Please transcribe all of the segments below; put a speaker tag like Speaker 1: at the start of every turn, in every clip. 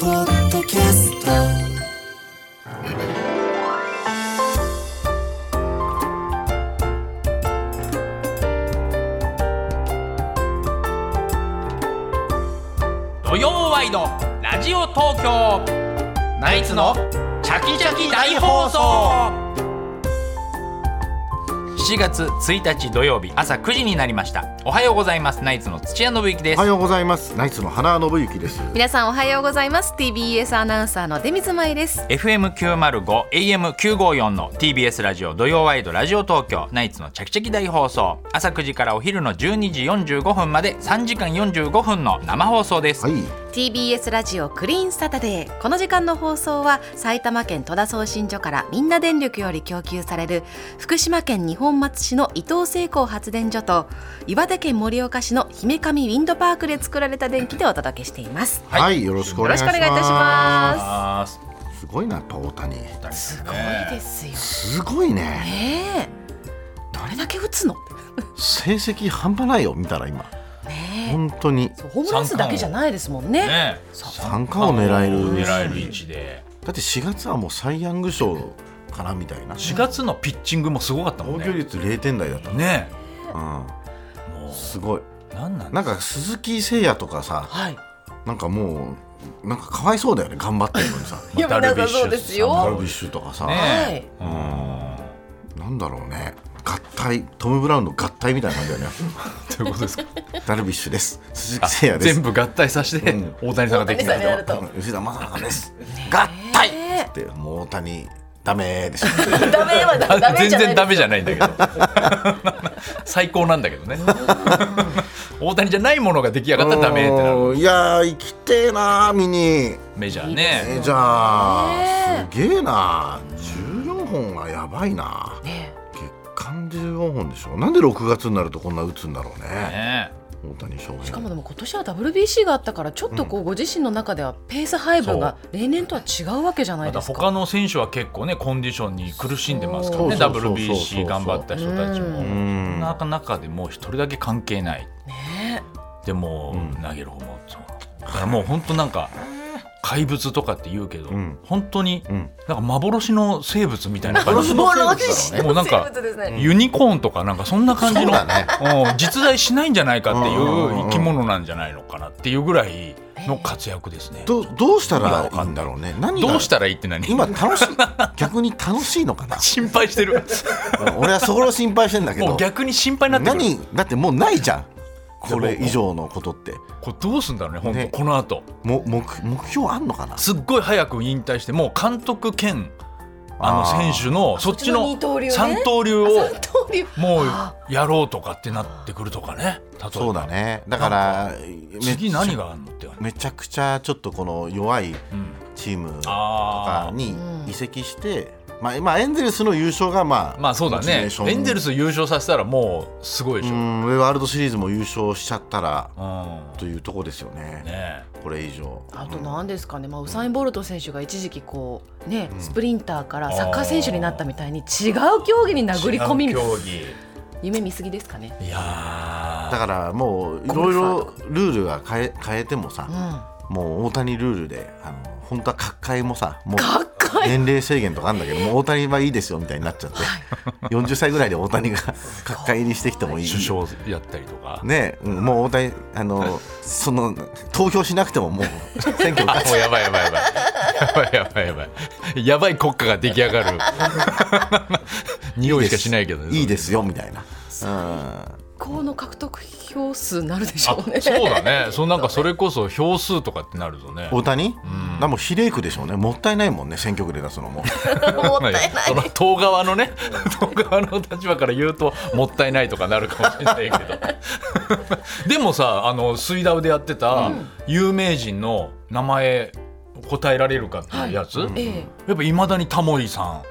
Speaker 1: ポッドキャスト
Speaker 2: 土曜ワイドラジオ東京ナイツのチャキチャキ大放送7月1日土曜日朝9時になりましたおはようございますナイツの土屋信之です、
Speaker 3: おはようございます。ナイツの花信之です。
Speaker 4: 皆さんおはようございます TBS アナウンサーの出水舞です
Speaker 2: FM905 AM954 の TBS ラジオ土曜ワイドラジオ東京ナイツのチャキチャキ大放送朝9時からお昼の12時45分まで3時間45分の生放送です、
Speaker 3: はい、
Speaker 4: TBS ラジオクリーンサタデーこの時間の放送は埼玉県戸田送信所からみんな電力より供給される福島県二本松市の伊東製鋼発電所と岩手県盛岡市の姫上ウィンドパークで作られた電気でお届けしています
Speaker 3: はい、よろしくお願いします。
Speaker 4: よろしくお願いいたします
Speaker 2: あ
Speaker 3: す。ごいな、と大谷。
Speaker 2: ーす
Speaker 4: すごいですよ
Speaker 3: すごいね。
Speaker 4: ねえどれだけ打つの
Speaker 3: 成績半端ないよ、見たら今。
Speaker 4: ね
Speaker 3: 本当に。
Speaker 4: えホームラン数だけじゃないですもんね
Speaker 2: ね
Speaker 3: 三冠を狙える。
Speaker 2: 狙える位置で
Speaker 3: だって4月はもうサイヤング賞かなみたいな。
Speaker 2: 4月のピッチングもすごかったもん
Speaker 3: 防
Speaker 2: ね
Speaker 3: 御率0点台だったね。
Speaker 2: ね
Speaker 3: うん
Speaker 2: も
Speaker 3: すごい。
Speaker 2: うなんなん
Speaker 3: なんか鈴木誠也とかさ、
Speaker 4: はい
Speaker 3: なんかもう、なんかかわいそうだよね、頑張ってるのにさ。
Speaker 4: いや
Speaker 2: ダルビッ
Speaker 4: 皆
Speaker 2: シ
Speaker 4: さ
Speaker 2: ュ
Speaker 4: んそうですよ
Speaker 3: ダルビッシュとかさ。
Speaker 2: ね
Speaker 4: はい
Speaker 3: なんだろうね合体トム・ブラウンの合体みたいな感じだ よね
Speaker 2: ということですか
Speaker 3: ダルビッシュです鈴木誠也で す
Speaker 2: 全部合体させて
Speaker 3: うん
Speaker 2: 大谷さんができな
Speaker 4: 大谷さんや
Speaker 2: い
Speaker 4: る
Speaker 2: と
Speaker 4: と
Speaker 3: うん吉田正尚です合体
Speaker 4: え
Speaker 3: ってもう大谷ダメーです
Speaker 4: ダメはダ
Speaker 2: あ
Speaker 4: メ
Speaker 2: 全
Speaker 4: じゃない
Speaker 2: 然ダメじゃないんだけど最高なんだけどね大谷じゃないものが出来上がったらダメってなる
Speaker 3: うんいやー生きてえなー見に
Speaker 2: メジャー
Speaker 3: え
Speaker 2: ね
Speaker 3: ーじゃあ
Speaker 4: ね
Speaker 3: すげえな14本はやばいな
Speaker 4: ね
Speaker 3: 月間14本でしょなんで6月になるとこんな打つんだろうね
Speaker 2: ね
Speaker 3: 大谷翔平
Speaker 4: しかもでも今年は WBC があったからちょっとこうご自身の中ではペース配分が例年とは違うわけじゃな
Speaker 2: ま
Speaker 4: い
Speaker 2: た
Speaker 4: ですか。
Speaker 2: 他の選手は結構ねコンディションに苦しんでますからね
Speaker 3: そうそうそうそう
Speaker 2: WBC 頑張った人たちも
Speaker 4: う
Speaker 2: そ
Speaker 4: ん
Speaker 2: んな中でもう一人だけ関係ない
Speaker 4: ね
Speaker 2: でも、
Speaker 3: うん
Speaker 2: 投げる方もそうだからもう本当なんか怪物とかって言うけど、
Speaker 3: うん
Speaker 2: 本当に
Speaker 3: うん
Speaker 2: なんか幻の生物みたいな感じ
Speaker 3: 幻の生物だろうね
Speaker 2: もうなん か
Speaker 4: 生物ですね
Speaker 2: ユニコーンとかなんかそんな感じの、うん実在しないんじゃないかってい
Speaker 3: うんうんうんう
Speaker 2: うん生き物なんじゃないのかなっていうぐらいの活躍ですね。ど
Speaker 3: どどうしたらいいんだろうね何が
Speaker 2: うしたらいいって何
Speaker 3: 今楽しい逆に楽しいのかな
Speaker 2: 心配してる
Speaker 3: 俺はそこを心配してんだ け
Speaker 2: も
Speaker 3: ど
Speaker 2: う逆に心配になってくる
Speaker 3: 何だってもうないじゃんこれ以上のことって
Speaker 2: これどうすんだろうね本当、
Speaker 3: ね
Speaker 2: この後
Speaker 3: も目目標あんのかな
Speaker 2: すっごい早く引退してもう監督兼あの
Speaker 3: あ
Speaker 2: 選
Speaker 3: ー
Speaker 2: 手のそっちの
Speaker 4: そっちの二刀流ね
Speaker 2: 三刀流を
Speaker 4: 三刀流
Speaker 2: もうやろうとかってなってくるとかね例えば
Speaker 3: そうだねだから
Speaker 2: 次
Speaker 3: め
Speaker 2: 何があるのって、
Speaker 3: めちゃくちゃちょっとこの弱い
Speaker 2: うん、
Speaker 3: チームと
Speaker 2: あ
Speaker 3: かに移籍してまあ今エンゼルスの優勝がまあ
Speaker 2: まあそうだねエンゼル
Speaker 3: ス
Speaker 2: ス優勝させたらもうすごいで
Speaker 3: う
Speaker 2: しょ、うん
Speaker 3: んワールドシリーズも優勝しちゃったらと
Speaker 2: ね
Speaker 3: いうとこですよね
Speaker 2: え
Speaker 3: これ以上
Speaker 4: あと何ですかね、まあ、ウサイン・ボルト選手が一時期こう、ね、スプリンターからサッカー選手になったみたいに違う競技に殴り込み
Speaker 2: 違
Speaker 4: み
Speaker 2: う
Speaker 4: たいな
Speaker 2: 競技
Speaker 4: 夢見すぎですかね。
Speaker 2: いや
Speaker 3: だからもういろいろルールが変え変えてもさ、
Speaker 4: うん、
Speaker 3: もう大谷ルールであの本当は各界もさもう
Speaker 4: 学会
Speaker 3: 年齢制限とかあるんだけどもう大谷はいいですよみたいになっちゃって40歳ぐらいで大谷が各界入りしてきてもい
Speaker 2: ー
Speaker 3: い
Speaker 2: 首相やったりとか、
Speaker 3: ねえうんもう大谷あのその投票しなくてももう選挙
Speaker 2: あもうやばいやばいやばいやばいやばいやばいやばい国家が出来上がる匂いしかしないけどね
Speaker 3: いいですよみたいな、うん、
Speaker 4: 校の獲得票数なるでし
Speaker 2: あ
Speaker 4: ょうね。
Speaker 2: そうだねそうなんかそれこそ票数とかってなるとね
Speaker 3: 大谷、だからもう比例区でしょうねもったいないもんね選挙区で出すのも
Speaker 4: もったいない。
Speaker 2: その党側のね党側の立場から言うともったいないとかなるかもしれないけどでもさあの水ダウでやってた有名人の名前答えられるかっていうやつ、
Speaker 4: ええ
Speaker 2: やっぱいまだにタモリさん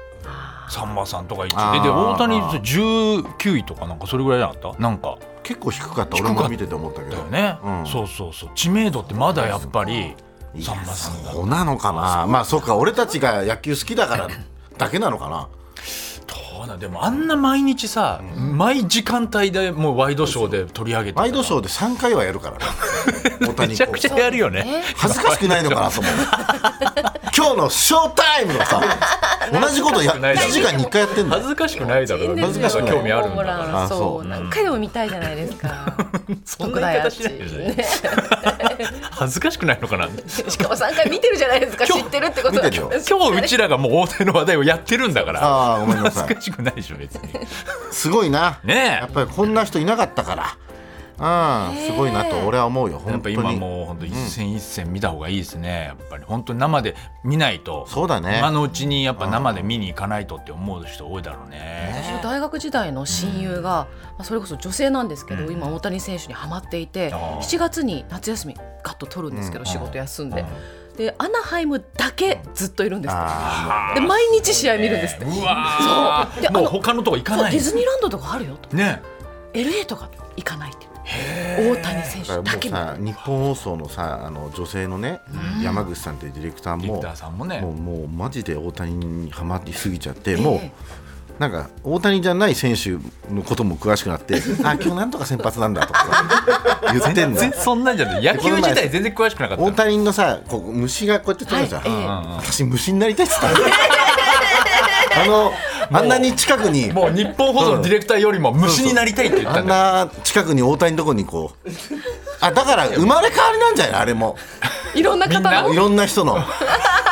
Speaker 2: サンバさんとか一
Speaker 3: あ
Speaker 2: 位
Speaker 3: ー
Speaker 2: えで大谷19位とかなんかそれぐらいじゃなかったなんか
Speaker 3: 結構低かった
Speaker 2: 低か
Speaker 3: 俺
Speaker 2: った
Speaker 3: も見てて思ったけ
Speaker 2: だ
Speaker 3: ど
Speaker 2: よね、
Speaker 3: うん
Speaker 2: そうそうそう知名度ってまだやっぱりさんまさんが
Speaker 3: そうなのかなまあそうか俺たちが野球好きだからだけなのかな
Speaker 2: どうなんでもあんな毎日さ、毎時間帯でもうワイドショーで取り上げてた
Speaker 3: ワイドショーで3回はやるから ね大
Speaker 2: め
Speaker 3: 谷
Speaker 2: ちゃ
Speaker 3: こう
Speaker 2: くちゃやるよね
Speaker 3: 恥ずかしくないのか なと思う今日のショータイムのさ同じことや1時間に1回やってんだ
Speaker 2: 恥
Speaker 3: よ
Speaker 2: ずかしくないだろう
Speaker 3: 恥ずかしくない
Speaker 2: 興味ある
Speaker 4: ホー
Speaker 2: んだか
Speaker 4: ム
Speaker 2: ら
Speaker 4: ラン
Speaker 3: あ
Speaker 4: そ
Speaker 3: そうう
Speaker 4: 何回でも見たいじゃないですか
Speaker 2: そんな言い方しないよね恥ずかしくないのかな
Speaker 4: しかも3回見てるじゃないですか知
Speaker 2: 今日
Speaker 4: ってるってこと
Speaker 3: 見てるよ
Speaker 2: 今日うちらがもう大谷の話題をやってるんだから
Speaker 3: ああごめんなさ
Speaker 2: 恥ず
Speaker 3: い
Speaker 2: かしくないでしょ別に
Speaker 3: すごいな
Speaker 2: ねえ
Speaker 3: やっぱりこんな人いなかったからうんすごいなと俺は思うよ
Speaker 2: やっ
Speaker 3: 本当
Speaker 2: ぱ
Speaker 3: に
Speaker 2: 今もう本当一戦一戦見た方がいいですね、やっぱり本当に生で見ないと
Speaker 3: そうだね
Speaker 2: 今のうちにやっぱ生で見に行かないとって思う人多いだろうね、
Speaker 4: 私の大学時代の親友が、まあ、それこそ女性なんですけど、今大谷選手にはまっていて
Speaker 2: あー
Speaker 4: 7月に夏休みガッと取るんですけど、
Speaker 3: うん
Speaker 4: 仕事休んで、でアナハイムだけずっといるんですって
Speaker 3: あ
Speaker 4: で毎日試合見るんですって、
Speaker 2: うわ
Speaker 4: そうで
Speaker 2: ーもう
Speaker 4: あの
Speaker 2: 他のとこ行か
Speaker 4: そう
Speaker 2: ない
Speaker 4: ディズニーランドとかあるよと
Speaker 2: ね
Speaker 4: LA とか行かないって大谷選
Speaker 3: あだ
Speaker 4: 手
Speaker 3: か
Speaker 4: だ
Speaker 3: らも
Speaker 4: け見
Speaker 3: うさ
Speaker 4: る
Speaker 3: 日本放送のさあの女性のね山口さんというディレクター
Speaker 2: ディレ
Speaker 3: も
Speaker 2: クターさんもね
Speaker 3: もうもうマジで大谷にはまりすぎちゃって、
Speaker 4: え
Speaker 3: もうなんか大谷じゃない選手のことも詳しく なって「あ今日なんとか先発なんだ」とかさ言ってん
Speaker 2: 全
Speaker 3: の
Speaker 2: 然そんなんじゃない野球自体全然詳しくなかった
Speaker 3: 大谷のさこう虫がこうやって飛んでたじゃん、
Speaker 4: は
Speaker 2: うんうん
Speaker 3: 私虫になりたいっ つったのあのあんなに近くに
Speaker 2: もう日本放送のディレクターよりも虫になりたいって言っ
Speaker 3: あ
Speaker 2: たん
Speaker 3: ん
Speaker 2: だ
Speaker 3: な近くに大谷のとこにこうあだから生まれ変わりなんじゃないあれも
Speaker 4: いろんな方
Speaker 2: みんな
Speaker 4: の
Speaker 3: いろんな人の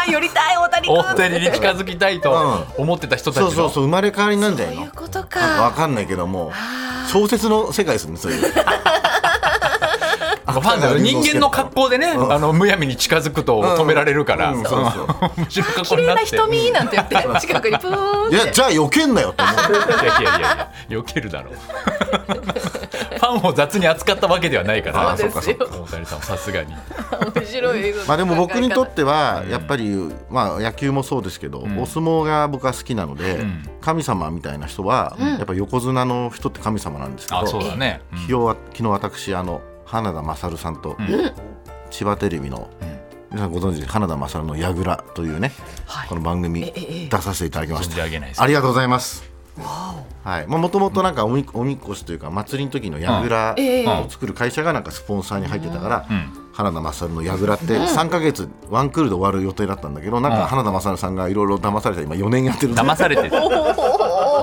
Speaker 4: 寄りたい大谷君
Speaker 2: 大谷に近づきたいと思ってた人たち
Speaker 3: そ
Speaker 2: の
Speaker 3: うそうそう生まれ変わりなんじゃない
Speaker 4: そうい
Speaker 3: の
Speaker 4: うこと
Speaker 3: わ
Speaker 4: か
Speaker 3: かんないけども小説の世界ですねそういうフ
Speaker 2: ファンだと人間の格好でね、
Speaker 3: うん
Speaker 2: あのむやみに近づくと止められるから、
Speaker 3: うんそうそう
Speaker 2: 虫の格好
Speaker 4: 綺
Speaker 2: に
Speaker 4: 麗
Speaker 2: なっ
Speaker 4: な
Speaker 2: て
Speaker 4: 瞳なんて 言って近くにプーンっ
Speaker 3: いや
Speaker 4: て
Speaker 3: じゃあ避けんなよと思う
Speaker 2: いやいやいやいや、避けるだろう。ファンを雑に扱ったわけではないから、
Speaker 4: あそうですよ
Speaker 2: か大谷さんはさすがに。
Speaker 4: 面白い映像
Speaker 3: まあでも僕にとってはやっぱり、まあ、野球もそうですけど、お相撲が僕は好きなので、
Speaker 2: ん
Speaker 3: 神様みたいな人は、やっぱ横綱の人って神様なんですけど、
Speaker 2: あ、そうだね。うん
Speaker 3: 昨日は昨日私あの花田勝さんと、千葉テレビの、皆さんご存知花田勝の「やぐら」というね、
Speaker 4: はい
Speaker 3: この番組
Speaker 4: ええええ
Speaker 3: 出させていただきまし
Speaker 2: 存
Speaker 3: た
Speaker 2: じ上げないです
Speaker 3: ありがとうございます。はい、まあ、もともとなんかおみ、おみこしというか、祭りの時の櫓
Speaker 4: うんええ
Speaker 3: を作る会社がなんかスポンサーに入ってたから。
Speaker 2: ん
Speaker 3: 花田勝の櫓って、三ヶ月ワンクールで終わる予定だったんだけど、なんか花田勝さんがいろいろ騙されて、今四年やってるんですよ。
Speaker 2: 騙されて、
Speaker 4: お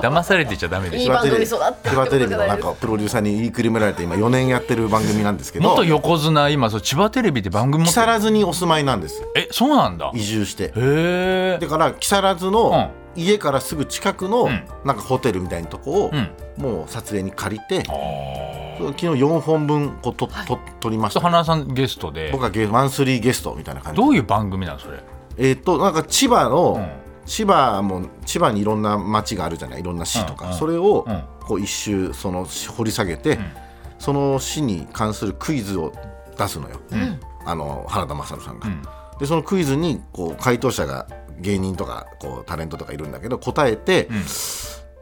Speaker 4: ー
Speaker 2: 騙されてちゃダメでし
Speaker 4: いい
Speaker 2: ょ。
Speaker 4: 番組育った
Speaker 3: 千葉テレビのなんかプロデューサーに言いくるめられて、今四年やってる番組なんですけど。
Speaker 2: 元
Speaker 3: 木
Speaker 2: 横綱、今、そう、千葉テレビで番組持ってる。
Speaker 3: 更津にお住まいなんです。
Speaker 2: え、そうなんだ。
Speaker 3: 移住して。
Speaker 2: へえ
Speaker 3: だ。から木更津の家からすぐ近くの
Speaker 2: ん
Speaker 3: なんかホテルみたいなとこを
Speaker 2: うん
Speaker 3: もう撮影に借りて、そう昨日4本分こうと、と撮りまし
Speaker 2: ちょっと
Speaker 3: た
Speaker 2: 花さんゲストで。
Speaker 3: 僕はゲマンスリーゲストみたいな感じ
Speaker 2: どういう番組なの、それ。
Speaker 3: えっ、となんか千葉の、
Speaker 2: うん
Speaker 3: 千葉も千葉にいろんな町があるじゃないいろんな市とか、
Speaker 2: うんうん
Speaker 3: それを
Speaker 2: うん
Speaker 3: こう一周その掘り下げて、その市に関するクイズを出すのよ、あの原田雅さんが。
Speaker 2: ん
Speaker 3: でそのクイズにこう回答者が芸人とかこうタレントとかいるんだけど答えて、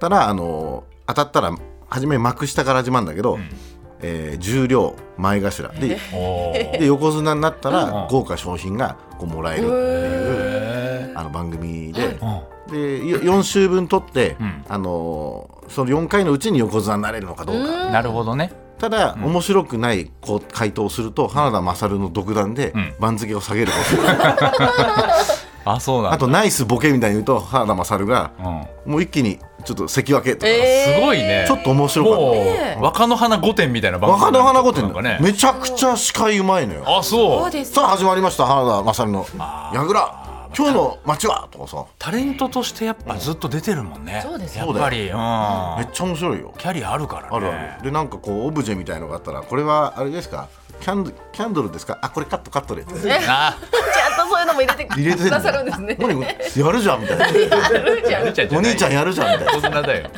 Speaker 3: たらあの当たったら初め幕下から始まるんだけど、えー重量前頭で
Speaker 2: おー
Speaker 3: で横綱になった
Speaker 2: うん
Speaker 3: ら豪華賞品がこうもらえるっていうあの番組でで4週分撮って、
Speaker 2: ん
Speaker 3: あのーその4回のうちに横綱になれるのかどうか
Speaker 2: なるほどね。
Speaker 3: ただ、面白くないこう回答をすると花田勝の独断で
Speaker 2: ん
Speaker 3: 番付を下げる、
Speaker 2: あ、そうなん
Speaker 3: あ
Speaker 2: だ。
Speaker 3: とナイスボケみたいに言うと花田勝が
Speaker 2: うん
Speaker 3: もう一気にちょっと関脇とか、
Speaker 2: すごいね。
Speaker 3: ちょっと面白かった。
Speaker 2: も
Speaker 4: ね
Speaker 2: う、若の花御殿みたいな番組。
Speaker 3: 若の花御
Speaker 2: なん
Speaker 3: 殿
Speaker 2: か
Speaker 3: ね
Speaker 2: ね。
Speaker 3: めちゃくちゃ司会うまいのよ
Speaker 2: あ、そ
Speaker 4: そうう。です
Speaker 3: さあ始まりました花田勝の「やぐら今日の街は」とかさ
Speaker 2: タレントとしてやっぱずっと出てるもんね、
Speaker 4: そうです
Speaker 2: や
Speaker 4: よ
Speaker 2: っぱり、うん、
Speaker 3: めっちゃ面白いよ
Speaker 2: キャリアあるからね
Speaker 3: あるあるでなんかこうオブジェみたいのがあったらこれはあれですかキャンドキャンドルですかあこれカットカットでって
Speaker 2: あ
Speaker 4: ちゃんとそういうのも入れて
Speaker 3: 入れて
Speaker 4: くださるんですね
Speaker 3: 何やるじゃんみ たいな
Speaker 2: お兄ちゃんじゃ
Speaker 3: お
Speaker 2: ない
Speaker 3: 兄ちゃんやるじゃんみたい
Speaker 2: 大人だよ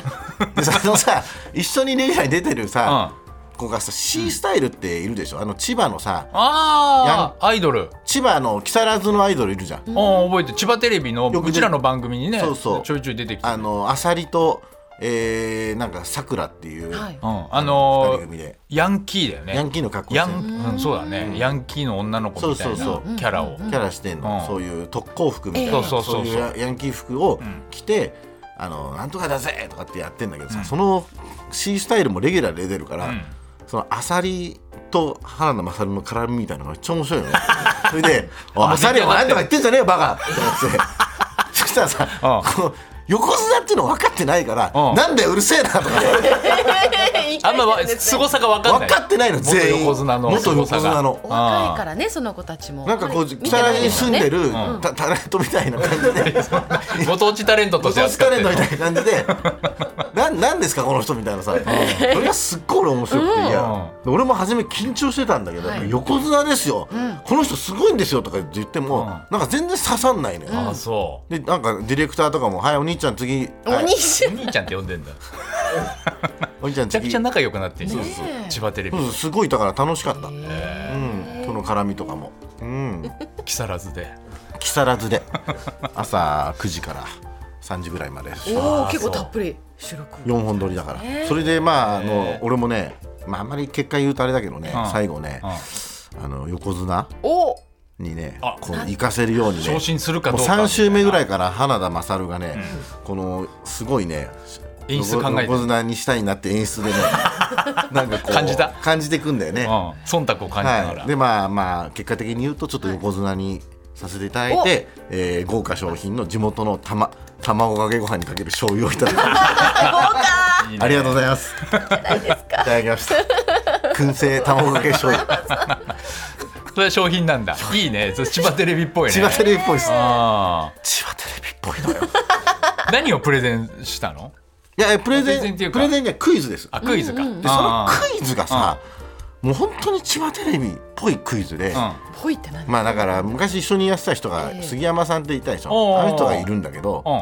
Speaker 3: なでさあのさ一緒にレギュラーに出てるさ、子がさ C スタイルっているでしょ、あの千葉のさ
Speaker 2: ああアイドル
Speaker 3: 千葉の木更津のアイドルいるじゃん、
Speaker 2: あ覚えてる千葉テレビの
Speaker 3: よく出
Speaker 2: うちらの番組にね
Speaker 3: そうそう
Speaker 2: ちょいちょい出てきて
Speaker 3: あのあさりとえー、なんかさくらっていう、
Speaker 4: はい
Speaker 2: うん、あ
Speaker 3: 二
Speaker 2: の
Speaker 3: 人組
Speaker 2: ー
Speaker 3: で
Speaker 2: ヤンキーだよね
Speaker 3: ヤンキーの格好し
Speaker 2: ヤ
Speaker 3: てる
Speaker 2: ンうん、そうだね、ヤンキーの女の子みたいな
Speaker 3: そうそうそう
Speaker 2: キャラを、
Speaker 3: キャラしてんの、
Speaker 2: うん
Speaker 3: そういう特攻服みたいな、
Speaker 2: ええそうそうそうそう
Speaker 3: いうヤヤンキー服を着て、あのなんとかだぜとかってやってんだけどさ、その C スタイルもレギュラーで出てるから、
Speaker 2: ん
Speaker 3: そのアサリと原田勝の絡みみたいなのがめっちゃ面白いのねそれで「おいアサリお前なんとか言ってんじゃねえよバカ!」って言ってそしたらさ、この横綱っていうの分かってないから「
Speaker 2: うん
Speaker 3: なんだようるせえな」とか
Speaker 2: あんまわ凄さが分かんな
Speaker 3: 分
Speaker 2: い
Speaker 3: かってないの
Speaker 2: 元
Speaker 3: 全員
Speaker 2: 横綱の
Speaker 3: 元
Speaker 2: 凄
Speaker 3: 横
Speaker 2: さが
Speaker 3: 綱の
Speaker 4: お若いからねその子たちも
Speaker 3: なんかこ
Speaker 4: あ
Speaker 3: う
Speaker 4: れ見
Speaker 3: 木
Speaker 4: てな
Speaker 3: 更
Speaker 4: い
Speaker 3: 津
Speaker 4: で
Speaker 3: に
Speaker 4: すよ
Speaker 3: 住ん
Speaker 4: ね
Speaker 3: でるタタレントみたいな感じで
Speaker 2: ご当地タレントとして
Speaker 3: 年
Speaker 2: 扱
Speaker 3: タ
Speaker 2: って
Speaker 3: レン
Speaker 2: る
Speaker 3: トみたいな感じで「ななんですかこの人」みたいなさそれがすっごい俺面白くて、いや俺も初め緊張してたんだけど、
Speaker 4: はい
Speaker 3: 横綱ですよ、この人すごいんですよ」とか言っても、なんか全然刺さんないのよ、
Speaker 2: あそ
Speaker 3: でなんかディレクターとかも「はいお兄ちゃん次
Speaker 4: お
Speaker 3: はい
Speaker 4: 兄ち
Speaker 2: うお兄ちゃんって呼んでんだめ
Speaker 3: お兄ちゃん
Speaker 2: ちゃく
Speaker 3: 次
Speaker 2: ちゃ仲良くなってんじゃん
Speaker 4: ねえ
Speaker 2: 千葉テレビ
Speaker 3: うんすごいだから楽しかった、
Speaker 4: ゃん
Speaker 3: うん、その絡みとかも、うん、
Speaker 2: 木更津で
Speaker 3: 木更津で朝9時から3時ぐらいまで
Speaker 4: おお
Speaker 2: あー
Speaker 4: 結構
Speaker 2: そう
Speaker 4: たっぷり収録
Speaker 3: 4本撮りだから、
Speaker 4: へー
Speaker 3: それでまああの俺もね、まあ、あんまり結果言うとあれだけどね、
Speaker 2: うん
Speaker 3: 最後ね、
Speaker 2: うん
Speaker 3: あの横綱
Speaker 4: おー
Speaker 3: にね
Speaker 2: あ
Speaker 3: こう行かせるようにね
Speaker 2: 昇進するかどう
Speaker 3: もう
Speaker 2: か
Speaker 3: 3週目ぐら
Speaker 2: い
Speaker 3: いから花田勝がね、このすごいね
Speaker 2: 演出考えてる
Speaker 3: 横綱にしたいなって演 出でねなんかこう
Speaker 2: 感じた
Speaker 3: 感じてくんだよね、
Speaker 2: な、うん、忖度を感じながら、
Speaker 3: はい、でまあまあ結果的に言うとちょっと横綱にさせていただいて、えー豪華商品の地元のたま卵かけご飯にかける醤油をいただきました
Speaker 2: いいね
Speaker 3: ありがとうございますいただきました燻製卵かけ醤油
Speaker 2: それは商品なんだいいねそれ千葉テレビっぽいね
Speaker 3: 千葉テレビっぽいです
Speaker 2: あ
Speaker 3: 千葉テレビっぽいのよ
Speaker 2: ー何をプレゼンしたの
Speaker 3: いやプレゼ
Speaker 2: プレゼンっ
Speaker 3: ン
Speaker 2: ていうか
Speaker 3: プレゼンじゃクイズです
Speaker 2: あクイズか、
Speaker 3: でその
Speaker 2: あー
Speaker 3: クイズがさもう本当に千葉テレビっぽいクイズで、
Speaker 2: うん
Speaker 4: ぽいって何
Speaker 3: まあだから昔一緒にやってた人が
Speaker 4: ええ
Speaker 3: 杉山さんっていたでしょ、
Speaker 2: おー
Speaker 3: あの人がいるんだけど、
Speaker 2: うん、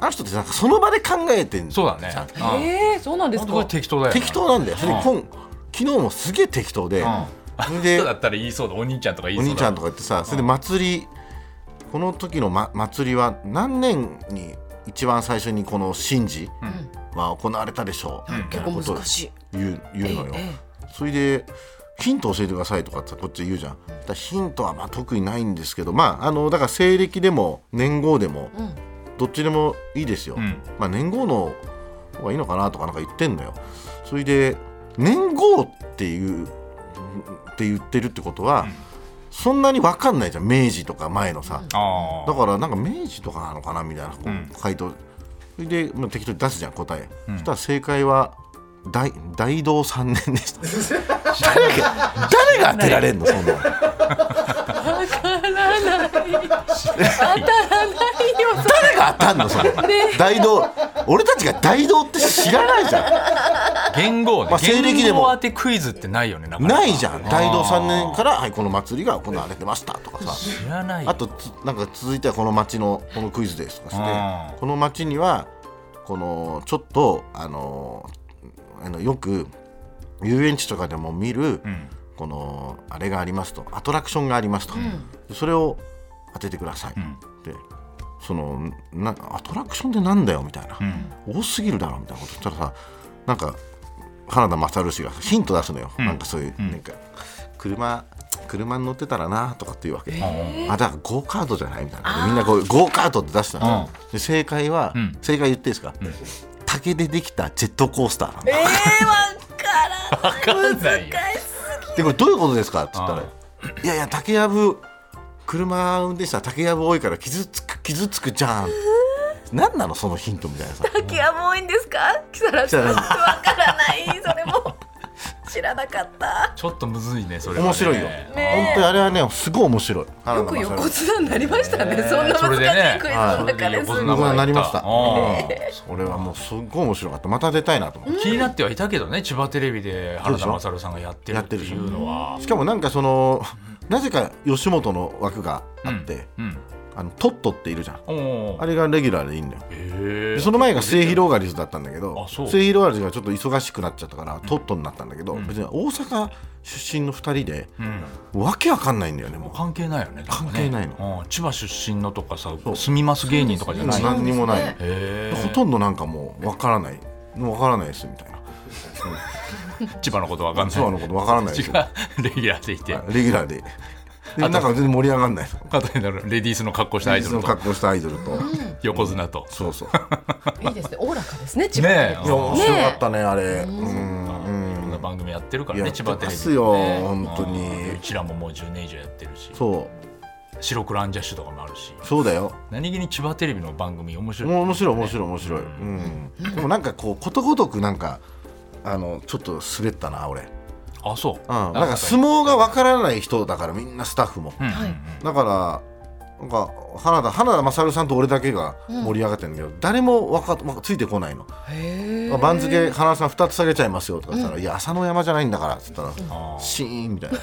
Speaker 3: あの人ってなんかその場で考えてん
Speaker 2: そうだね
Speaker 3: じゃん
Speaker 2: うんあ
Speaker 4: ええそうなんで
Speaker 2: 本
Speaker 4: す
Speaker 2: 当これ
Speaker 4: か
Speaker 2: 適当だよね
Speaker 3: 適当なんだよそれ
Speaker 2: う
Speaker 3: に
Speaker 2: ん
Speaker 3: 今昨日もすげえ適当で、
Speaker 2: ん
Speaker 3: それで
Speaker 2: だったら言い そうだお兄ちゃんとか言い
Speaker 3: お
Speaker 2: そうだ
Speaker 3: 兄ちゃんとか言ってさそれで祭り、この時の、ま、祭りは何年に一番最初にこの神事は行われたでしょう、み
Speaker 4: 結
Speaker 3: たいなこと
Speaker 4: 構
Speaker 3: を
Speaker 4: 難しい
Speaker 3: 言う言うのよ、
Speaker 4: ええ
Speaker 3: それでヒント教えてくださいとかってこっち言うじゃんだからヒントはまあ特にないんですけどまああのだから西暦でも年号でも、
Speaker 4: ん
Speaker 3: どっちでもいいですよ、
Speaker 2: うん
Speaker 3: まあ年号の方がいいのかなとかなんか言ってんのよそれで年号っていうって言ってるってことは、そんなに分かんないじゃん明治とか前のさ、
Speaker 2: あ
Speaker 3: だからなんか明治とかなのかなみたいなこう回答、それで、まあ、適当に出すじゃん答え、そしたら正解は大大道三年でした誰が誰が当てられんのそんなの誰が当たんのそれ、大道俺たちが大道って知らないじゃ
Speaker 2: あ言語ね、
Speaker 3: まあ西暦で
Speaker 2: 言
Speaker 3: も
Speaker 2: 語当てクイズってないよね
Speaker 3: ん
Speaker 2: かか
Speaker 3: ないじゃん大道三年から、はい、この祭りが行われてましたとかさ
Speaker 2: 知らない
Speaker 3: あとつなんか続いてはこの町のこのクイズですとかし
Speaker 2: うん
Speaker 3: てこの町にはこのちょっとあのあのよく遊園地とかでも見る、
Speaker 2: ん
Speaker 3: このあれがありますとアトラクションがありますと、でそれを当ててください、でそのなアトラクションってなんだよみたいな、多すぎるだろみたいなこと言ったらさなんか花田勝氏がヒント出すのよ、なんかそういう、なんか車車に乗ってたらなとかっていうわけ、あだからゴーカートじゃないみたいなみんなこうゴーカートって出したの、で正解は、
Speaker 2: ん
Speaker 3: 正解言っていいですか、竹でできたジェットコースターなんだ、
Speaker 4: ええわからん
Speaker 2: わかんないよ
Speaker 3: でこれどういうことですかって言ったら「いやいや竹やぶ車運転したら竹やぶ多いから傷つく傷つくじゃん」何なのそのヒントみたいなさ
Speaker 4: 竹やも多いんですか木更津
Speaker 3: 木
Speaker 4: わ
Speaker 3: 更津
Speaker 4: からないそれも知らなかった
Speaker 2: ちょっとむずいねそれはね
Speaker 3: 面白いよ、
Speaker 4: え
Speaker 3: 本当にあれはねすごい面白い
Speaker 4: よく横
Speaker 3: 綱
Speaker 4: 綱になりましたねそんな
Speaker 2: そ
Speaker 4: 難
Speaker 2: れ
Speaker 4: し
Speaker 2: でね
Speaker 4: いクイズの中
Speaker 2: はい
Speaker 4: です
Speaker 2: それ
Speaker 4: ご
Speaker 2: で
Speaker 4: い
Speaker 2: 横
Speaker 3: になりました
Speaker 2: あー
Speaker 3: それはもうすっごい面白かったまた出たいなと思って、
Speaker 2: 気になってはいたけどね千葉テレビで原田勝さんがやってるっていうのは
Speaker 3: しかもなんかそのなぜか吉本の枠があって、
Speaker 2: うん
Speaker 3: あのトットっているじゃん
Speaker 2: おお
Speaker 3: あれがレギュラーでいいんだよ
Speaker 2: へえ
Speaker 3: でその前が末広がりずだったんだけど
Speaker 2: あそう
Speaker 3: 末広がりずがちょっと忙しくなっちゃったからトットになったんだけど、別に大阪出身の2人で
Speaker 2: うん
Speaker 3: わけわかんないんだよねもう
Speaker 2: 関係ないよね
Speaker 3: 関係ないの
Speaker 2: でもねうん千葉出身のとかさ
Speaker 3: そう
Speaker 2: 住みます芸人とかじゃない
Speaker 4: そう
Speaker 2: へ
Speaker 4: です
Speaker 3: 何にもない、
Speaker 2: え
Speaker 3: ほとんどなんかもうわからないわからないですみたいな
Speaker 2: 千葉のことわかんない
Speaker 3: そうあのことわからないです
Speaker 2: 違
Speaker 3: よ
Speaker 2: うレギュラーでいて、
Speaker 3: レギュラーででなんか全然盛り上がんない
Speaker 2: あとなんだろうレディースの格好したアイド
Speaker 3: そ
Speaker 2: ル
Speaker 3: の
Speaker 2: と
Speaker 3: 格好したアイドルと、
Speaker 2: 横綱と、
Speaker 3: そうそう
Speaker 4: いいですね。おおらかですね。千葉
Speaker 2: ね
Speaker 4: 県
Speaker 2: え
Speaker 3: いや面
Speaker 4: ね
Speaker 3: 白かったねあれうん
Speaker 2: まあいろんな番組やってるから
Speaker 3: や
Speaker 2: ね
Speaker 3: っ
Speaker 2: 千
Speaker 3: て
Speaker 2: 葉テレ
Speaker 3: ま
Speaker 2: ビ
Speaker 3: すよ、
Speaker 2: ね
Speaker 3: 本当
Speaker 2: うんう
Speaker 3: に
Speaker 2: ちらももう10年以上やってるし
Speaker 3: そ
Speaker 2: 白黒アンジャッシュとかもあるし
Speaker 3: うそうだよ
Speaker 2: 何気に千葉テレビの番組面白い
Speaker 3: もう面白い面白い面白い、うんでもなんかこうことごとくなんかあのちょっと滑ったな俺、うん、
Speaker 2: あそう
Speaker 3: なんか相撲がわからない人だからみんなスタッフも、
Speaker 2: うんうん
Speaker 4: はい
Speaker 3: だからなんか花田花田勝さんと俺だけが盛り上がってるんだけど、誰もわかわかついてこないの
Speaker 4: へ
Speaker 3: まあ番付花田さん2つ下げちゃいますよとか言ったら「いや朝の山じゃないんだから」っつったら、
Speaker 2: あー
Speaker 3: シーンみたいな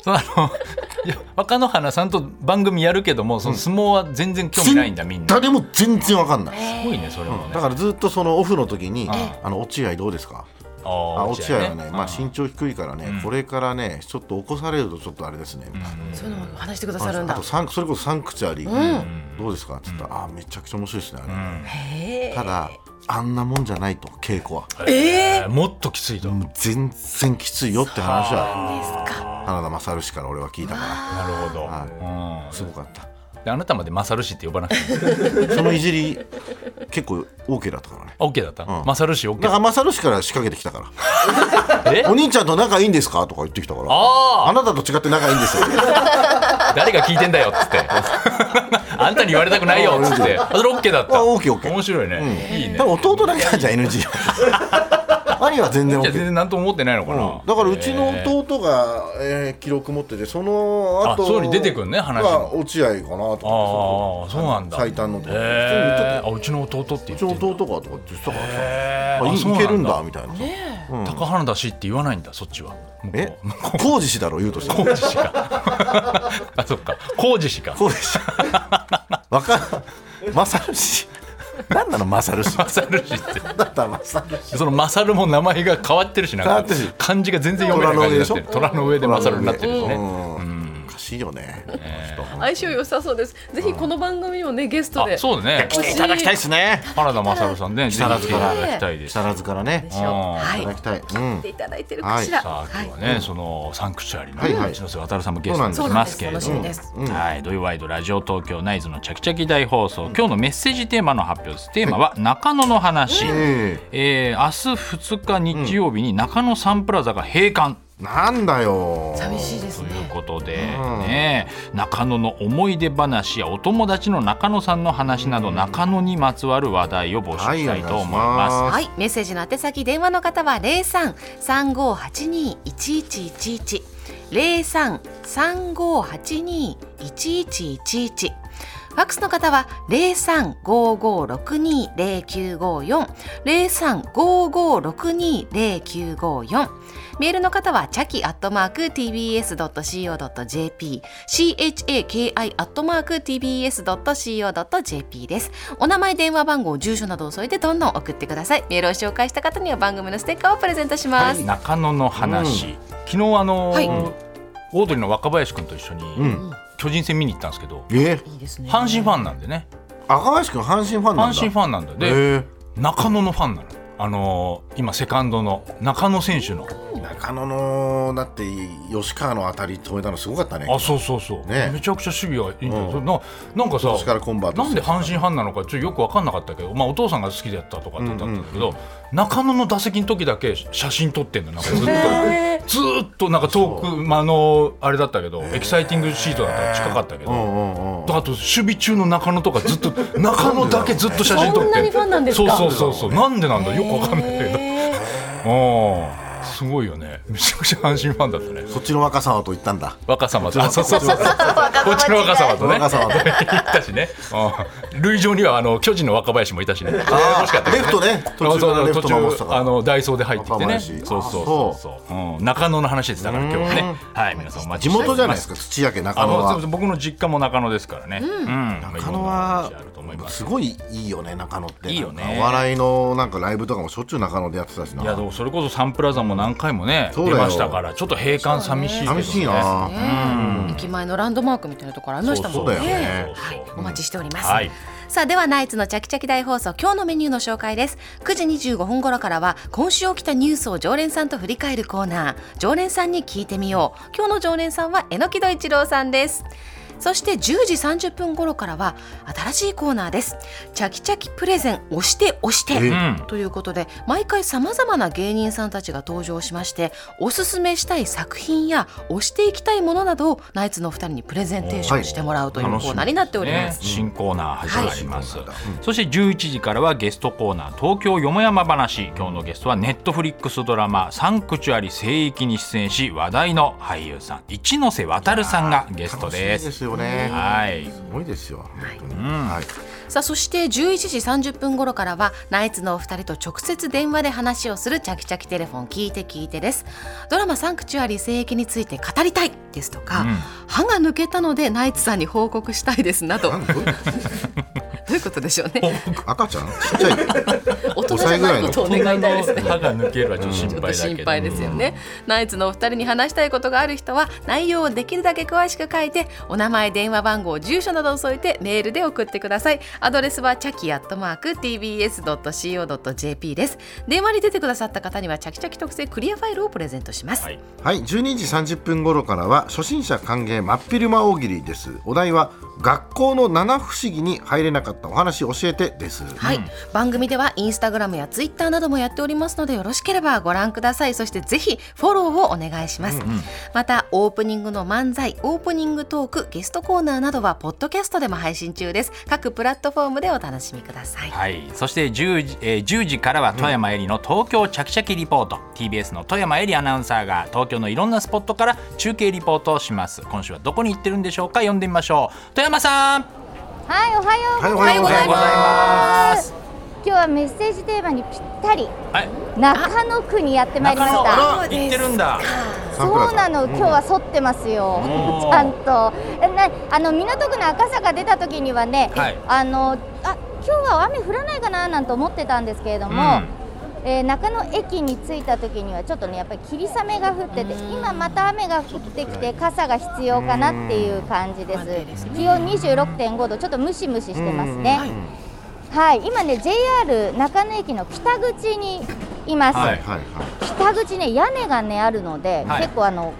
Speaker 2: そのあの いや若野花さんと番組やるけどもその相撲は全然興味ないんだみんなす
Speaker 3: 誰も全然わかんない、
Speaker 4: え。
Speaker 2: ごいねそれもね
Speaker 3: だからずっとそのオフの時に
Speaker 2: え
Speaker 3: 「あの落合どうですか?」
Speaker 2: あ
Speaker 3: あ
Speaker 2: ー
Speaker 3: 落合はね、まあ、
Speaker 2: うん
Speaker 3: 身長低いからね、これからねちょっと起こされるとちょっとあれですね、みたいな
Speaker 4: そういうのを話してくださるん
Speaker 3: あ
Speaker 4: だ
Speaker 3: と。サンそれこそサンクチュアリー、
Speaker 2: ん
Speaker 3: どうですかって言ったら、あーめちゃくちゃ面白いですねあれ、
Speaker 2: うん
Speaker 4: へえ。
Speaker 3: ただあんなもんじゃないと稽古は
Speaker 4: ええ。
Speaker 2: えーもっときついと
Speaker 3: もう全然きついよって話は
Speaker 4: ですか。
Speaker 3: 花田勝氏から俺は聞いたか
Speaker 2: なるほど、
Speaker 3: らすごかった
Speaker 2: うんであなたまで勝るしって呼ばなくても
Speaker 3: そのいじり結構 OK だったからね
Speaker 2: あ OK だった、
Speaker 3: うん
Speaker 2: 勝るし
Speaker 3: だ
Speaker 2: OK
Speaker 3: から勝氏から仕掛けてきたか ら
Speaker 2: え
Speaker 3: お兄ちゃんと仲いいんですかとか言ってきたから
Speaker 2: あ
Speaker 3: あなたと違って仲いいん ですよ
Speaker 2: あ誰が聞いてんだよっつってあんたに言われたくないよっつってあそれ OK だった
Speaker 3: あ OK OK
Speaker 2: 面白いね、いいね
Speaker 3: 多分弟だけ なんじゃ NG よ 兄は全然
Speaker 2: じゃあ
Speaker 3: OK
Speaker 2: 全然何とも思ってないのかな、
Speaker 3: だからうちの弟が、えー記録持っててその後
Speaker 2: あそうに出てくるね話に
Speaker 3: は落合かなとかっ
Speaker 2: ああ
Speaker 3: て
Speaker 2: そうなんだ
Speaker 3: 最短のとか、
Speaker 2: えー、あうちの弟って言
Speaker 3: 普
Speaker 2: っ
Speaker 3: 通
Speaker 2: てん
Speaker 3: に言
Speaker 2: だ
Speaker 3: ってうちの弟かとかって言ってたからさ、
Speaker 2: へー
Speaker 3: あい
Speaker 2: あ
Speaker 3: い
Speaker 2: そう
Speaker 3: いけるんだ
Speaker 2: な
Speaker 3: みたいなさ、
Speaker 2: 高原だしって言わないんだそっちは向こう
Speaker 3: え工事氏だろ言うとした ら
Speaker 2: 浩二氏か あそっか浩二氏か
Speaker 3: 工事氏 わかる勝 る氏何なの勝る氏
Speaker 2: 勝る氏って
Speaker 3: だったら勝る 氏
Speaker 2: その勝るも名前が変わってるしなん
Speaker 3: 変
Speaker 2: か
Speaker 3: わってるし
Speaker 2: 漢字が全然読めない感じになってる
Speaker 3: 虎
Speaker 2: 虎の上で勝るになってるしね、
Speaker 3: うんおかしいよね、この人
Speaker 4: 相性良さそうです。ぜひこの番組をねゲストで。
Speaker 2: あそうだね
Speaker 3: 来ていただきたいですね
Speaker 2: 原田勝さんね、ぜひ
Speaker 3: 木更
Speaker 2: 来
Speaker 3: 津
Speaker 2: てい
Speaker 3: か
Speaker 2: た
Speaker 3: ら
Speaker 2: だきたいで
Speaker 3: 木
Speaker 2: す。
Speaker 3: 更津からね
Speaker 4: でしょう
Speaker 2: あー
Speaker 4: はい
Speaker 3: ただ
Speaker 4: い。
Speaker 3: きたい、うん
Speaker 4: でいただいてるかしら。
Speaker 2: さ
Speaker 3: はい
Speaker 2: あ今日はね、そのサンクチュアリの、
Speaker 3: はいはい
Speaker 2: 一ノ瀬渡さんもゲストに来ますけれど
Speaker 4: そうなん
Speaker 2: も
Speaker 4: です楽しみ
Speaker 3: ですうん
Speaker 2: はい、土曜ワイドラジオ東京ナイズのちゃきちゃき大放送、今日のメッセージテーマの発表ですテーマは中野の話、
Speaker 3: え
Speaker 2: えー明日2日日曜日に中野サンプラザが閉館
Speaker 3: えなんだよ
Speaker 4: 寂しいです
Speaker 2: という
Speaker 4: ね。
Speaker 2: ことで、
Speaker 3: うん
Speaker 2: ねえ中野の思い出話やお友達の中野さんの話など、中野にまつわる話題を募集したいと思います。
Speaker 3: は
Speaker 4: はい、メッセージの宛先電話の方は零三三五八二一一一一零三三五八二一一一一ファックスの方は零三五五六二零九五四零三五五六二零九五四メールの方はチャキアットマーク tbs ドット co ドット jp c h a k i アットマーク tbs ドット co ドット jp です。お名前、電話番号、住所などを添えてどんどん送ってください。メールを紹介した方には番組のステッカーをプレゼントします。
Speaker 2: 中野の話、昨日あのー
Speaker 4: はい
Speaker 2: オードリーの若林君と一緒に
Speaker 3: ん
Speaker 2: 巨人戦見に行ったんですけど、
Speaker 3: ええ
Speaker 4: いいですね
Speaker 2: 阪神ファンなんでね
Speaker 3: 赤林君阪神ファンなんだ
Speaker 2: 阪神ファンなんだで、
Speaker 3: え
Speaker 2: 中野のファンなの、あのー今セカンドの中野選手の
Speaker 3: え中野のだって吉川の当たり止めたのすごかったね
Speaker 2: あそうそうそう、
Speaker 3: ね
Speaker 2: めちゃくちゃ守備はいいんだよ、
Speaker 3: うん
Speaker 2: それななんかさ
Speaker 3: 今年からコンバート
Speaker 2: なんで阪神ファンなのかちょっとよく分かんなかったけど、まあ、お父さんが好きだったとかって言ったんだけど、中野の打席の時だけ写真撮ってんのなんかずっと。ずーっとなんか遠く、まあ、あのあれだったけど、エキサイティングシートだったら近かったけど、
Speaker 3: うんうんうん
Speaker 2: あと守備中の中野とかずっと中野だけずっと写真撮って
Speaker 4: そんなにファンなんですか
Speaker 2: そうそうそうそうなんでなんだよくわかんないけど、うんすごいよねめちゃくちゃ阪神ファンだったね
Speaker 3: そっちの若様と言ったんだ
Speaker 2: 若様とあそうそうそうこっちの若様とね
Speaker 3: 若様 と
Speaker 2: 行ったしねうん塁上にはあの巨人の若林もいたしねあ
Speaker 3: レフトね途中からレフト守ってたか
Speaker 2: あ
Speaker 3: ら
Speaker 2: のダイソーで入ってきて
Speaker 3: 若
Speaker 2: ね
Speaker 3: 林
Speaker 2: そうそうそうそう、うん、中野の話ですだから今日はねはい皆さんお待ち
Speaker 3: 地
Speaker 2: しております
Speaker 3: 元じゃないですか土屋家中
Speaker 2: あ
Speaker 3: 野
Speaker 2: のそうそ
Speaker 3: は
Speaker 2: う僕の実家も中野ですからね、うん
Speaker 3: 中野
Speaker 2: いろんなお話あると思い
Speaker 3: は
Speaker 2: ます
Speaker 3: すごいいいよね中野って
Speaker 2: いいよね
Speaker 3: なんかお笑いのなんかライブとかもしょっちゅう中野でやってたしない
Speaker 2: やでもそれこそサンプラザも何回もね
Speaker 3: そうだ
Speaker 2: 出
Speaker 3: よ
Speaker 2: ましたからちょっと閉館寂しいけど、ね、
Speaker 3: 寂しいな、
Speaker 4: ね駅前のランドマークみたいなところありましたもんね
Speaker 3: そうそうだよね
Speaker 4: はいお待ちしております、
Speaker 2: はい
Speaker 4: さあではナイツのチャキチャキ大放送今日のメニューの紹介です9時25分頃からは今週起きたニュースを常連さんと振り返るコーナー常連さんに聞いてみよう今日の常連さんは榎木戸一郎さんですそして10時30分頃からは新しいコーナーですチャキチャキプレゼン押して押して
Speaker 3: え
Speaker 2: うん
Speaker 4: ということで毎回さまざまな芸人さんたちが登場しましておすすめしたい作品や推していきたいものなどをナイツのお二人にプレゼンテーションしてもらうというコ
Speaker 2: 楽しみですね
Speaker 4: ーナーになっております。
Speaker 2: 新コーナー始まります、
Speaker 3: はい
Speaker 2: そして11時からはゲストコーナー東京よもやま話今日のゲストはネットフリックスドラマサンクチュアリ聖域に出演し話題の俳優さん一ノ瀬渉さんがゲストで
Speaker 3: 楽し
Speaker 2: す
Speaker 3: いですよね
Speaker 2: はい
Speaker 3: すごいですよ本当にはい
Speaker 4: さあそして11時30分頃からはナイツのお二人と直接電話で話をするチャキチャキテレフォン聞いて聞いてですドラマサンクチュアリ聖域について語りたいですとか、
Speaker 2: うん
Speaker 4: 歯が抜けたのでナイツさんに報告したいですなどど
Speaker 3: なんだどういう
Speaker 4: ういうことでしょうね
Speaker 3: 赤ちゃんちっちゃい
Speaker 4: 大人じゃないことをお願いいたいですね
Speaker 2: 歯が抜けるはちょっと心
Speaker 4: ちょっと
Speaker 2: 配だけど
Speaker 4: 心配ですよね、ナイツのお二人に話したいことがある人は内容をできるだけ詳しく書いてお名前電話番号住所などを添えてメールで送ってくださいアドレスはチャキアットマーク tbs.co.jp です電話に出てくださった方にはチャキチャキ特製クリアファイルをプレゼントします、
Speaker 2: はい
Speaker 3: はい、12時30分頃からは初心者歓迎真っ昼間大喜利です。お題は学校の七不思議に入れなかったお話教えてです。
Speaker 4: はい、番組ではインスタグラムやツイッターなどもやっておりますのでよろしければご覧くださいそしてぜひフォローをお願いします、またオープニングの漫才オープニングトークゲストコーナーなどはポッドキャストでも配信中です各プラットフォームでお楽しみください
Speaker 2: はい、そして10時,、えー10時からは富山えりの東京ちゃきちゃきリポート、TBS の富山えりアナウンサーが東京のいろんなスポットから中継リポートをします今週はどこに行ってるんでしょうか読んでみましょう富山さん
Speaker 5: はい、おはよう
Speaker 3: はい、おはようござ
Speaker 2: おはよう
Speaker 3: い
Speaker 2: ございま
Speaker 3: ますす。
Speaker 5: 今日はメッセージテーマにぴったり
Speaker 2: はい
Speaker 5: 中野区にやってまいりまし
Speaker 2: あ
Speaker 5: た
Speaker 2: ら行ってるんだ
Speaker 3: サンプラ
Speaker 5: そう
Speaker 3: ザ
Speaker 5: なの、今日は沿ってますよ
Speaker 2: おー
Speaker 5: ちゃんとえなあの港区の赤坂出た時にはね、
Speaker 2: はい
Speaker 5: あのあ今日は雨降らないかななんて思ってたんですけれども、えー中野駅に着いた時にはちょっとねやっぱり霧雨が降ってて今また雨が降ってきて傘が必要かなっていう感じです気温26.5度ちょっとムシムシしてますねはい今ね JR 中野駅の北口にいます、
Speaker 2: は
Speaker 3: はい、はい、はい。
Speaker 5: 北口ね屋根がねあるので、
Speaker 2: はい
Speaker 5: 結構あの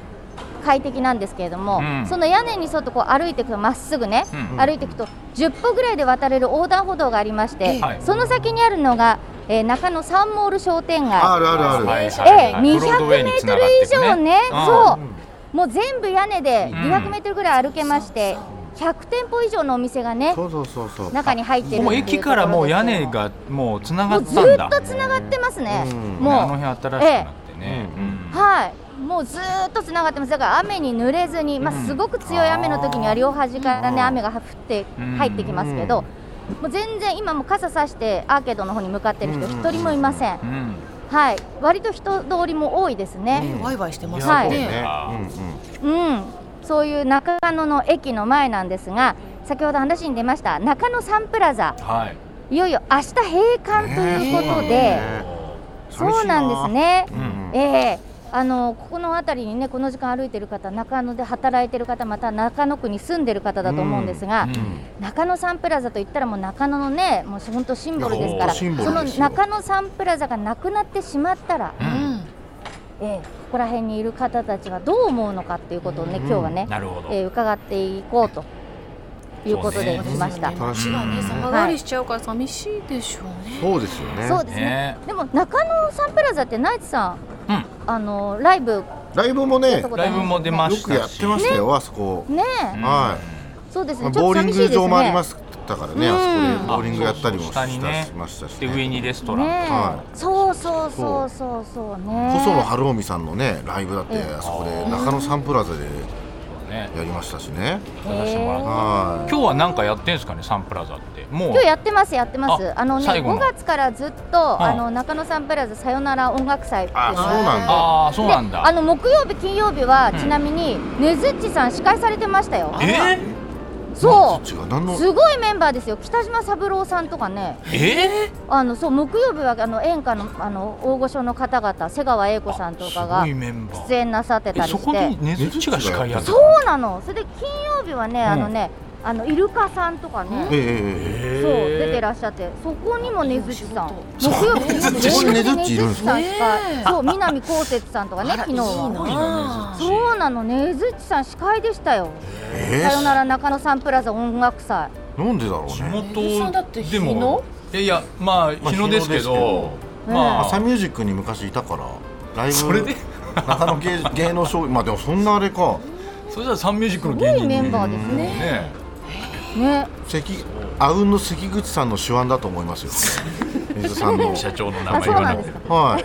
Speaker 5: 快適なんですけれども、
Speaker 2: うん
Speaker 5: その屋根に沿ってこう歩いていくとまっすぐね、
Speaker 2: うん
Speaker 5: 歩いていくと10歩ぐらいで渡れる横断歩道がありまして、
Speaker 2: はい
Speaker 5: その先にあるのが、えー中野サンモール商店
Speaker 3: あ
Speaker 5: 街。
Speaker 3: るあるある。
Speaker 2: はい
Speaker 5: ええ
Speaker 2: はいブロード
Speaker 5: 200
Speaker 2: ウ
Speaker 5: メ
Speaker 2: ェイに
Speaker 5: ー
Speaker 2: 繋
Speaker 5: ト
Speaker 2: が
Speaker 5: ル
Speaker 2: って
Speaker 5: 以
Speaker 2: く
Speaker 5: 上ね、
Speaker 2: うん
Speaker 5: そう、もう全部屋根で
Speaker 2: うん
Speaker 5: 200メートルぐらい歩けまして、100店舗以上のお店がね、
Speaker 3: そうそうそうそう。
Speaker 5: 中に入ってるっていう
Speaker 2: もう駅からもう屋根がもうつながったんだ
Speaker 5: ところですけどもうずっとつながってますね、
Speaker 3: うん
Speaker 5: もう
Speaker 2: あの辺新しくなってね、うん
Speaker 5: はい、もうずーっとつながってます、だから雨に濡れずに、ま
Speaker 2: う
Speaker 5: あ、
Speaker 2: ん
Speaker 5: すごく強い雨の時には両端からね、
Speaker 3: うん
Speaker 5: 雨が降って
Speaker 2: うん
Speaker 5: 入ってきますけど、もう全然、今も傘さしてアーケードの方に向かってる人、
Speaker 3: うん
Speaker 5: 一人もいません
Speaker 2: う、ん
Speaker 5: はい、割と人通りも多いですね、
Speaker 4: ワイワイしてま
Speaker 3: い
Speaker 4: す
Speaker 3: や
Speaker 5: はい
Speaker 3: そう
Speaker 4: ね、
Speaker 3: ね
Speaker 2: あー
Speaker 5: うん、そういう中野の駅の前なんですが、先ほど話に出ました、中野サンプラザ、
Speaker 2: はい
Speaker 5: いよいよ明日閉館ということで、そうなんです。
Speaker 3: ね
Speaker 5: ね。
Speaker 3: えうんうん
Speaker 5: ええあのここの辺りにねこの時間歩いてる方中野で働いてる方また中野区に住んでる方だと思うんですが、中野サンプラザといったらもう中野のねもう本当シンボルですから
Speaker 3: いやもうシンボ
Speaker 5: そ
Speaker 3: ル
Speaker 5: の
Speaker 3: ですよ
Speaker 5: 中野サンプラザがなくなってしまったら、
Speaker 2: う
Speaker 4: うんん
Speaker 5: ええここら辺にいる方たちはどう思うのかっていうことをね、
Speaker 3: うん
Speaker 5: 今日はね、
Speaker 2: なるほど、
Speaker 5: ええ伺っていこうということで
Speaker 2: そうね
Speaker 5: 来ました。
Speaker 3: 楽
Speaker 4: 街
Speaker 3: しみ
Speaker 4: がね様変わりしちゃうから寂しいでしょうね、
Speaker 3: そうですよね。
Speaker 5: そうですね
Speaker 2: ね
Speaker 5: でも中野サンプラザってナイツさん、
Speaker 2: うん
Speaker 5: あのライブ
Speaker 3: ライブも
Speaker 5: やっ
Speaker 3: ね
Speaker 5: た、ことあ
Speaker 2: ライ
Speaker 5: りま
Speaker 2: ブも
Speaker 5: すね
Speaker 2: 出ま
Speaker 3: よ
Speaker 2: し
Speaker 3: くや
Speaker 2: た
Speaker 3: っ
Speaker 2: して
Speaker 3: ましたよ、あそこ。
Speaker 5: ねえ
Speaker 2: うん
Speaker 3: は
Speaker 5: そうです
Speaker 3: い。
Speaker 5: ねちょ
Speaker 3: ボ
Speaker 5: っと
Speaker 3: ーリン
Speaker 5: 寂しいで
Speaker 3: グ
Speaker 5: すね
Speaker 3: 場もありますったからね、あそこでボーリングやったりもした
Speaker 2: あそうそう下にね
Speaker 3: しましたし、
Speaker 2: で上にレストラン、
Speaker 5: ねえ、
Speaker 3: は
Speaker 5: そうそうそうそうそうね
Speaker 3: 細野晴臣さんのねライブだってあそこで中野サンプラザで
Speaker 2: ね
Speaker 3: やりましたしね、
Speaker 2: 出させてもらった
Speaker 3: は
Speaker 2: 今日は何かやってんですかねサンプラザってもう
Speaker 5: 今日やってますやってます
Speaker 2: あ
Speaker 5: あのね
Speaker 2: 最後の
Speaker 5: 5月からずっと、
Speaker 2: い
Speaker 5: あの中野サンプラザさよなら音楽祭っていうの
Speaker 3: あそうなんだ
Speaker 2: ああそうなん
Speaker 5: であ
Speaker 2: だ
Speaker 5: の木曜日金曜日は、
Speaker 2: ん
Speaker 5: ちなみにねずっちさん司会されてましたよ
Speaker 2: え
Speaker 5: そ
Speaker 3: 違う何
Speaker 5: う
Speaker 3: の
Speaker 5: すごいメンバーですよ北島三郎さんとかね
Speaker 2: ー、え
Speaker 5: あのそう木曜日はあの演歌のあの大御所の方々瀬川栄子さんと
Speaker 2: ー、
Speaker 5: かが
Speaker 2: すごいメンバ
Speaker 5: 出
Speaker 2: ー
Speaker 5: 演なさって
Speaker 2: え
Speaker 5: たり
Speaker 2: そ
Speaker 5: し
Speaker 2: こ
Speaker 5: て
Speaker 2: にねずっちが司会やってた
Speaker 5: そうなのそれで金曜日はね、あのねあのイルカさんとかね、
Speaker 3: えええええ
Speaker 2: え
Speaker 5: そう出て
Speaker 2: ら
Speaker 5: らっしゃってそこにもねずちさん木
Speaker 3: そう
Speaker 5: 曜日
Speaker 3: ねずっち
Speaker 5: 木曜日
Speaker 3: ねずっちいるんですね
Speaker 5: ねずっちさん司会そう南こうせつさんとかね昨日は
Speaker 2: な
Speaker 5: そうなのねずっちさん司会でしたよ
Speaker 3: え
Speaker 5: さよなら中野サンプラザ音楽祭
Speaker 3: なんでだろう
Speaker 6: 地
Speaker 3: ね
Speaker 6: 元でもいやいやまあ
Speaker 3: まあ
Speaker 6: 日野ですけ
Speaker 3: 日野
Speaker 6: ど
Speaker 3: です
Speaker 6: まあ
Speaker 3: 朝ミュージックに昔いたからライブ
Speaker 6: それで
Speaker 3: 中野芸芸能商 まあでもそんなあれか
Speaker 6: それじゃサンミュージックの
Speaker 5: すご
Speaker 6: 芸
Speaker 5: い
Speaker 6: 人
Speaker 5: メ
Speaker 6: に
Speaker 5: ン
Speaker 6: ね
Speaker 5: バーですね
Speaker 6: ね
Speaker 5: ね
Speaker 3: 関あうんの関口さんの手腕だと思いますよ水さん の
Speaker 2: 社長の名
Speaker 5: あ
Speaker 2: 前
Speaker 5: そうな
Speaker 2: が
Speaker 5: ん
Speaker 2: 出
Speaker 5: で
Speaker 2: て
Speaker 5: す
Speaker 2: る
Speaker 5: か
Speaker 3: はい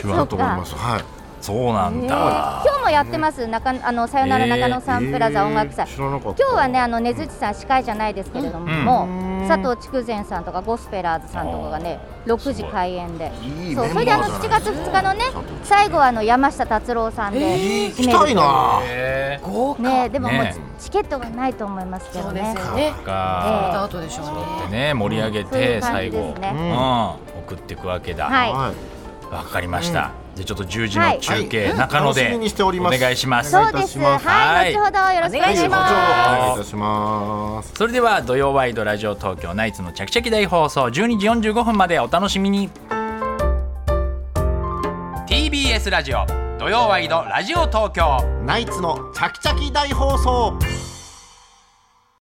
Speaker 3: 手腕だと思いますはい
Speaker 2: そうなん
Speaker 5: 今
Speaker 2: だ、
Speaker 5: 日もやってます中あのさよなら中野サンプラザ音楽祭
Speaker 3: えー知らなかった
Speaker 5: 今日はねあのねずちさん司会じゃないですけれども、
Speaker 3: うんうん
Speaker 5: 佐藤筑前さんとかゴスペラーズさんとかがね6時開演で
Speaker 3: いい
Speaker 5: そう
Speaker 3: メン
Speaker 5: そ
Speaker 3: バー
Speaker 5: れ
Speaker 3: じ
Speaker 5: で
Speaker 3: ゃな
Speaker 5: あの
Speaker 3: いです
Speaker 5: 7
Speaker 3: か
Speaker 5: 月2日のね最後はあの山下達郎さんで
Speaker 3: 行
Speaker 5: 締
Speaker 3: き
Speaker 5: め
Speaker 3: たい
Speaker 5: る
Speaker 3: な
Speaker 2: えー、
Speaker 4: 豪華、
Speaker 5: ねでももう
Speaker 2: ね
Speaker 5: チケットがないと思いますけ
Speaker 4: そ
Speaker 5: ど
Speaker 4: うです
Speaker 5: ね
Speaker 4: よね
Speaker 2: か
Speaker 4: あとでしょうね
Speaker 2: ね盛り上げ
Speaker 5: そうい
Speaker 2: て
Speaker 5: う感
Speaker 2: 最
Speaker 5: じ
Speaker 2: 後、
Speaker 5: ですね、
Speaker 2: うん
Speaker 3: ん
Speaker 2: 送っていくわけだ。
Speaker 5: はい
Speaker 3: はい
Speaker 2: わかりました。じゃあちょっと10時の中継、
Speaker 3: はい
Speaker 2: 中野
Speaker 3: 楽し
Speaker 2: で
Speaker 3: みにしております
Speaker 2: お願いします。
Speaker 5: そうです
Speaker 3: お願いいたします
Speaker 5: はい後
Speaker 2: は
Speaker 5: ほどよろしくお願いし
Speaker 3: 後ほどお
Speaker 5: ます
Speaker 3: 願いいたします
Speaker 2: それでは土曜ワイドラジオ東京ナイツのちゃきちゃき大放送12時45分までお楽しみに TBS ラジオ土曜ワイドラジオ東京
Speaker 3: ナイツのチャキチャキ大放送